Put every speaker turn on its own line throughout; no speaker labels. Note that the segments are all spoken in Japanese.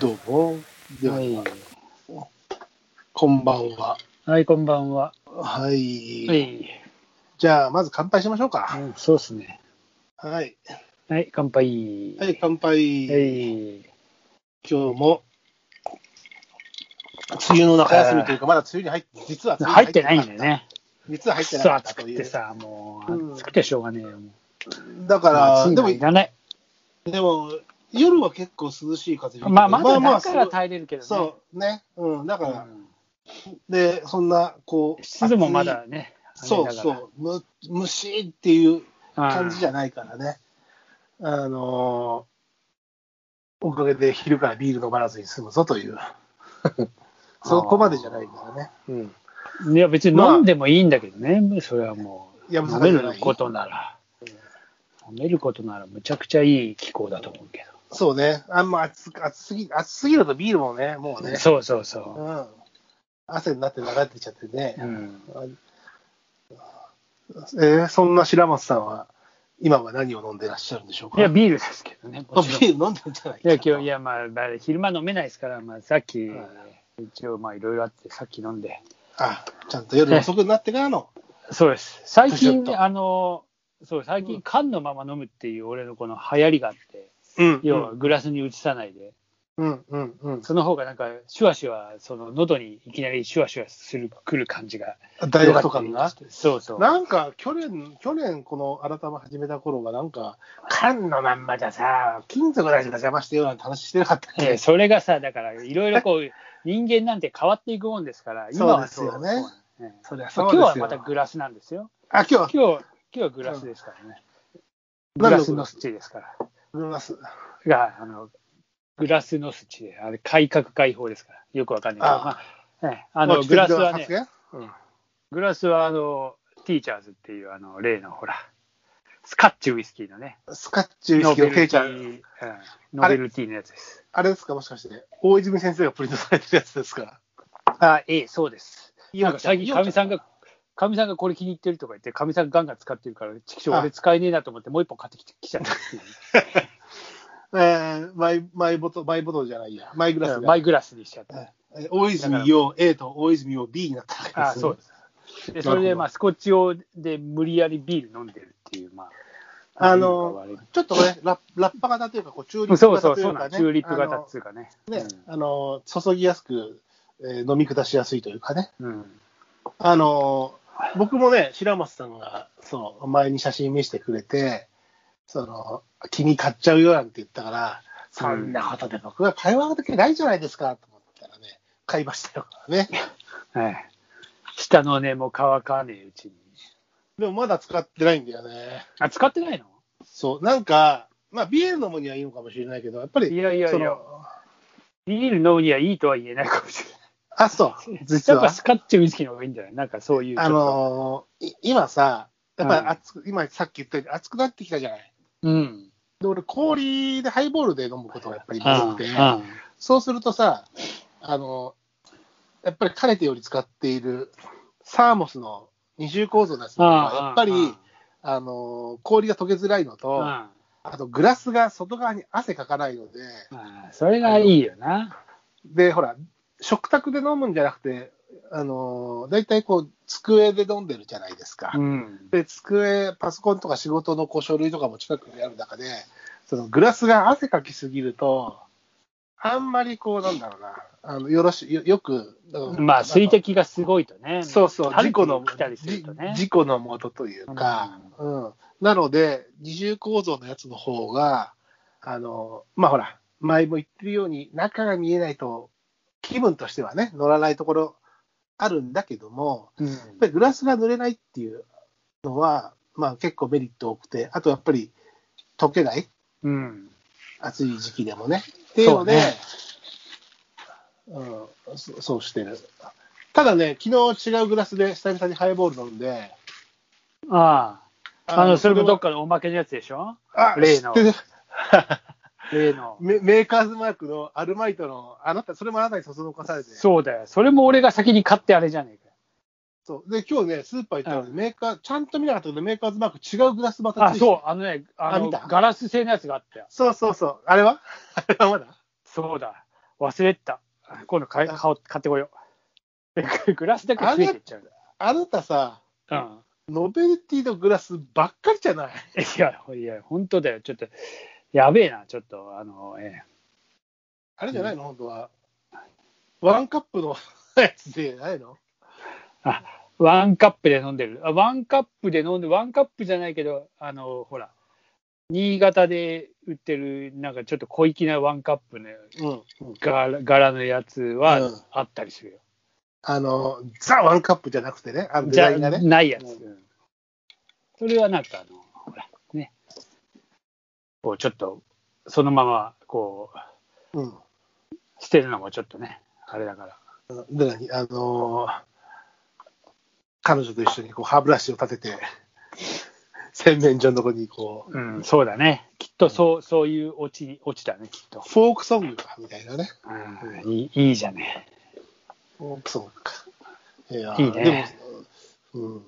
どうも。では、
はい。
こんばんは。
はい、こんばんは。
はい。
はい。
じゃあ、まず乾杯しましょう
う
か。
んそうですね。
はい。
はい、乾杯。
はい、乾杯。
はい。
今日も、梅雨の中休みというか、まだ梅雨に入って、実は梅雨に
入ってないんだよね。
実は入
く
って
そ
なかった
暑
と
く
い
て
う。
さ、も
うん
う暑くてしょうがねえよ。も
だ
う
から、
暑い
で
の
も
はい、らない。
でも、夜は結構涼しい風
まあ、まだだ
す
か
ご
ら
い
耐えれるけどね。
そう、ね。うん、だ
う
から、
ん。
で、そんな、こう、
湿度もまだ
暑い。
ね。
そうそう、む、むしーっていう感じじ
ゃ
ゃないからね。あのーおかげで昼からビール飲まらずに済むぞと いう。そこまでじゃないからね。うん。
ん。いや、別に飲んでもいいんだけどね。それはもう、
や
飲
ぶさか
め
じゃ
る
ない。
ことなら。飲めることなら、むちゃくちゃいい気候だと思うけ
そうね。あんま暑く暑すぎ、暑すぎるとビールもね、もうね
ど。、そうそうそう
う。ん。汗になって流れてきちゃってね。
うん。
あえーそんな白松さんは、今は何を飲んでらっしゃるんでしょうか
いや、ビールですけどね。
あ
も
ビ
ちろん
ール飲んでるんじゃない
いや、今日、いや、まあ、まあ昼間飲めないですから、まあ、さっき
はい、
一応、まあ、いろいろあって、さっき飲んで。
あ、ちゃんと夜遅くになってからの。
そうです。最
ちょ
近
っ、と
あの、そう、最近、缶のまま飲むっていう、俺のこの流行りがあって、
うん
要は、グラスに移さないで、
うん、うん、うん。
その方が、なんか、シュワシュワ、その、喉にいきなりシュワシュワする、くる感じが。
ダイエット感が。
そうそう。
なんか去年、去年、この改め始めた頃が、なんか、缶のまんまじゃさ、金属だしが邪魔してようなんて話してなかったっ
えー
け
それがさ、だから、いろいろこう、 人間なんて変わっていくもんですから、今はそう
そうですよね。
そうなんです
そりゃそ
えー今
う
日
ですよ。
はまたグラスなんですよ。
あ、今日は
今日、今日はグラスですからね。
何の
グラスのスチですから。
グラス。
が、あの、グラスのスチで、あれ、改革開放ですから。よくわかんないけど。
あ
まあ、ええあの、グラスはね、
うん
グラスは、あの、ティーチャーズっていう、あの、例の、ほら、スカッチウイスキーのね、
スカッチウイスキーのケイちゃ
ノベ
ん、
ルティーうんノベルティーのやつです。
あれですか、もしかして、大泉先生がプリントされてるやつですか。
あ、ええ、そうです。
い
なんか最近、かみさんが、かみさんがこれ気に入ってるとか言って、かみさんガンガン使ってるから、ちくしょう、
あ
俺使えねえなと思って、もう一本買ってきてきちゃったっていう。
えー、マイマイボトル、マイボトルじゃないや、マイ グラス
マ
が。
イグラスにしちゃった。
えー大泉洋 A と大泉洋 B になったわけ
あそう
ですね。
です。で、それで、まあ、スコッチ用で無理やりビール飲んでるっていう、まあ、
あ
なんか
の
悪い、
ちょっとね、ラッラッパ型というか、こう、チューリップ
そうそ
型
う、
とい
そううな
か
ん
ね。
チューリップ
あ
型
の
っつうかね。
ね、あの注ぎやすく、えー飲み下しやすいというかね、
うん。うん
あの僕もね、白松さんがそう前に写真見せてくれて、その君買っちゃうよなんて言ったから、そんなことで僕が会話の時ないじゃないですかと思ったらね、買いましたよから ね。
はい。下のね、もう乾かねえうちに。
でもまだ使ってないんだよね。
あ、使ってないの
そう、なんか、まあ、ビール飲むにはいいのかもしれないけど、やっぱり、
いやいや
そ
いや、
の
ビール飲むにはいいとは言えないかもしれない。
あ、そう、実
やっぱ
は。
スカッチウイスキーの方がいいんじゃないなんかそういう。
あ、のい今さ、やっぱり
うん
暑く、今さっき言ったように暑くなってきたじゃない。
うん。
で俺、氷でハイボールで飲むことがやっぱり
あ
多くて、
あ、
そうするとさ、あの、やっぱりかねてより使っているサーモスの二重構造のやつとか
ああ
はやっぱり、あの、氷が溶けづらいのと、あ
あ
とグラスが外側に汗かかないので、
あ、それがいいよな。
で、ほら、食卓で飲むんじゃなくて、あの、大体こう、机で飲んでるじゃないですか。
うん。
で、机、パソコンとか仕事のこう書類とかも近くにある中で、そのグラスが汗かきすぎると、あんまりこう、なんだろうな、あのよろしよよく、
まあ、水滴がすごいとね。
そうそう、
タ
事
ンク
故の
に来たりするとね。
じ事故のもとというか、うんなので、二重構造のやつの方が、あの、まあほら、前も言ってるように、中が見えないと、気分としてはね、乗らないところあるんだけども、
うん
やっぱりグラスが濡れないっていうのは、まあ、結構メリット多くて、あとやっぱり溶けない、
うん。
暑い時期でもね。っていうので、うん、そそうしてる。ただね、昨日違うグラスで久々にハイボール飲んで、
ああ、あの、それもどっ
か、
かのおまけのやつでしょ
あ
例の
知ってる
例の。
メメーカーズマークのアルマイトの、あなた、それもあなたにそそのかされて、
そうだよ。それも俺が先に買ってあれじゃねえ
そうで今日ね、スーパー行ったらね、
う
メーカー、ちゃんと見なかったけど、メーカーズマーク、違うグラスま
か。
た
あ、
ついて
そう、あのね、あ
あ
の
見た
ガラス製のやつがあったよ。
そうそうそう、あれはあれはまだ
そうだ。忘れてた。今度買い買おう買ってこよう。 でグラスだけ増えていっちゃうんだ。
あなたさ、
うん。
ノベルティのグラスばっかりじゃない。
いや、いや、本当だよ。ちょっと、やべえな、ちょっと、あの、え
あれじゃないの、本当は。ワンカップの やつでないの
ーワンカップで飲んでる。あワンカップで飲んで、ワンカップじゃないけど、あの、ほら、新潟で売ってる、なんかちょっと小粋なワンカップ
う
の
ん。うん
柄柄のやつ
う
は
ん
あったりするよ。
あの、ザ・ワンカップじゃなくてね、あのデ
じ
ザ
ゃ
インがね。
ないやつ。
う
うんそれはなんか、あの、ほら、ね。こう、ちょっと、そのまま、こう、
うん。
捨てるのもちょっとね、あれだから。
で、何あのー彼女と一緒にこう歯ブラシを立てて、洗面所のとこにこう、
うん、そうだね。きっとそう、そういうオチ、オチだね、きっと。
フォークソングか、みたいなね。
うん、いいいいじゃね。
フォークソングか。いや
いいね
でも、うん。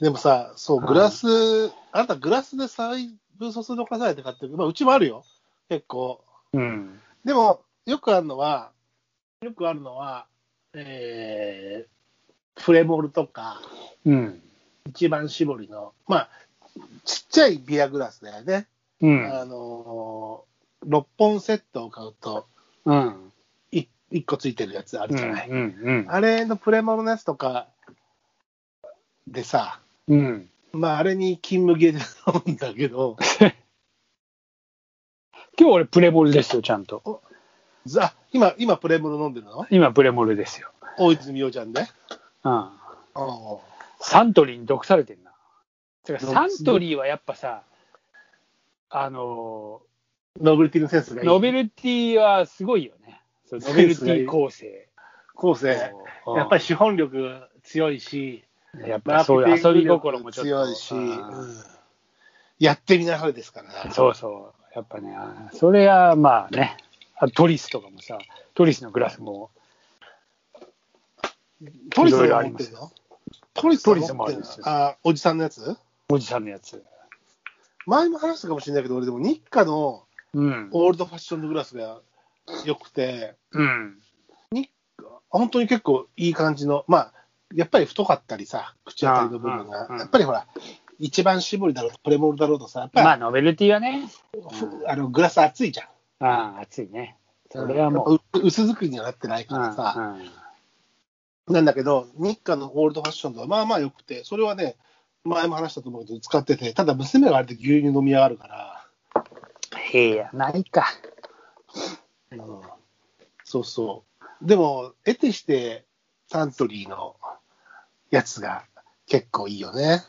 でもさ、そう、グラス、あなたグラスで細分注のかされて買ってる。まあ、うちもあるよ。結構。
うん。
でも、よくあるのは、よくあるのは、えー、プレモルとか、
うん。
一番搾りの、まあ、ちっちゃいビアグラスだよね。
うん。
あのー、6本セットを買うと
うん。
1、一個ついてるやつある
う
じゃない。
ん。
あれのプレモルのやつとかでさ、
うん。
まあ、あれに金麦で飲んだけ ど、
今日俺プレモルですよ、ちゃんと。
ざ今、今プレモル飲んでるの
今プレモルですよ。
大泉洋ちゃんで。
うん。
うん
サントリーに毒されてんな。てか、
毒
サントリーはやっぱさ、あの
ノベルティのセンスがい
ー、
い。
ノベルティはすごいよね。そうノベルティ構成。
構成。やっぱり資本力強いし、
り、やっぱりそういう遊び心もちょっと。
強いし、
うん
うんやってみなされですからね。
そうそう。やっぱね、あそれはまあね、あトリスとかもさ、トリスのグラスも、
トリス
いろいろ
が
あり
持っ
ま
て
す
るのトリスが持って
トリス
る
も
の
あるんですよ
あおじさんのやつ
おじさんのやつ。
前も話したかもしれないけど、俺でも日課の
うん。
オールドファッションのグラスが良くて、
うん。
本当に結構いい感じの、まあ、やっぱり太かったりさ、口当たりの部分
あああ
が
あ、
やっぱりほら、一番絞りだろうと、プレモルだろうとさ、やっぱり、
まあ、ノベルティはね、
ふあのグラス熱いじゃん。
ああ、熱いね。それはもう。
やっぱ薄作りにはなってないからさ、
うんうん
なんだけど、日韓のオールドファッションとはまあまあ良くて、それはね、前も話したと思うけど、使ってて、ただ娘があれで牛乳飲み上がるから、
へえや、ないか。
うんそうそう。でも、得てしてサントリーのやつが結構いいよね。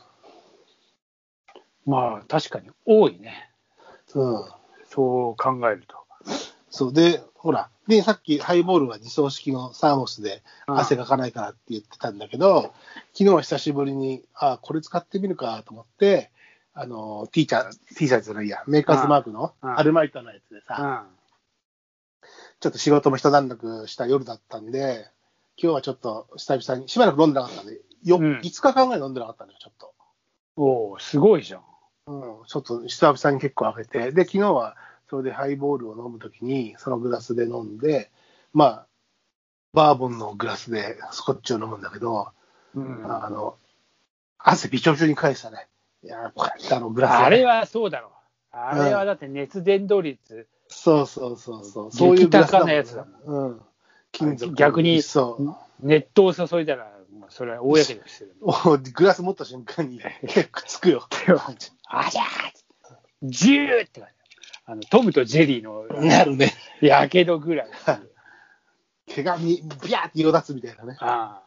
まあ、確かに多いね。
うん。
そう考えると。
そうで、ほら、で、さっきハイボールは自走式のサーモスで
うん
汗かかないからって言ってたんだけど、昨日は久しぶりに、あこれ使ってみるかと思って、あの、T シャツ、T シャツじゃないや、メーカーズマークの
うん
アルマイトのやつで
う
さ、
ん。
ちょっと仕事も一段落した夜だったんで、今日はちょっと久々に、しばらく飲んでなかったんで、よ、
うん
5日間ぐらい飲んでなかったんだよ、ちょっと。
おおすごいじゃん。
うん、ちょっと久々に結構開けて、で、昨日はそれでハイボールを飲むときに、そのグラスで飲んで、まあ、バーボンのグラスでスコッチを飲むんだけど、
うん、
あ
あ
の、汗びちょびちょに返したね。いやー、こうやってあのグラスで
れはそうだろう。あれはだって熱伝導率、
そうそうそうそう。そういうグラス
激高なやつだ
うん。金属。
逆に
そう。
熱湯を注いだら、もうそれは大やけどしてる。
おグラス持った瞬間に、くっつくよ。
あじゃージューって感じ。あの、トムとジェリーの
なるね。
やけどぐらい。 あ
毛がみ、ビャーって色立つみたいなね。
あ。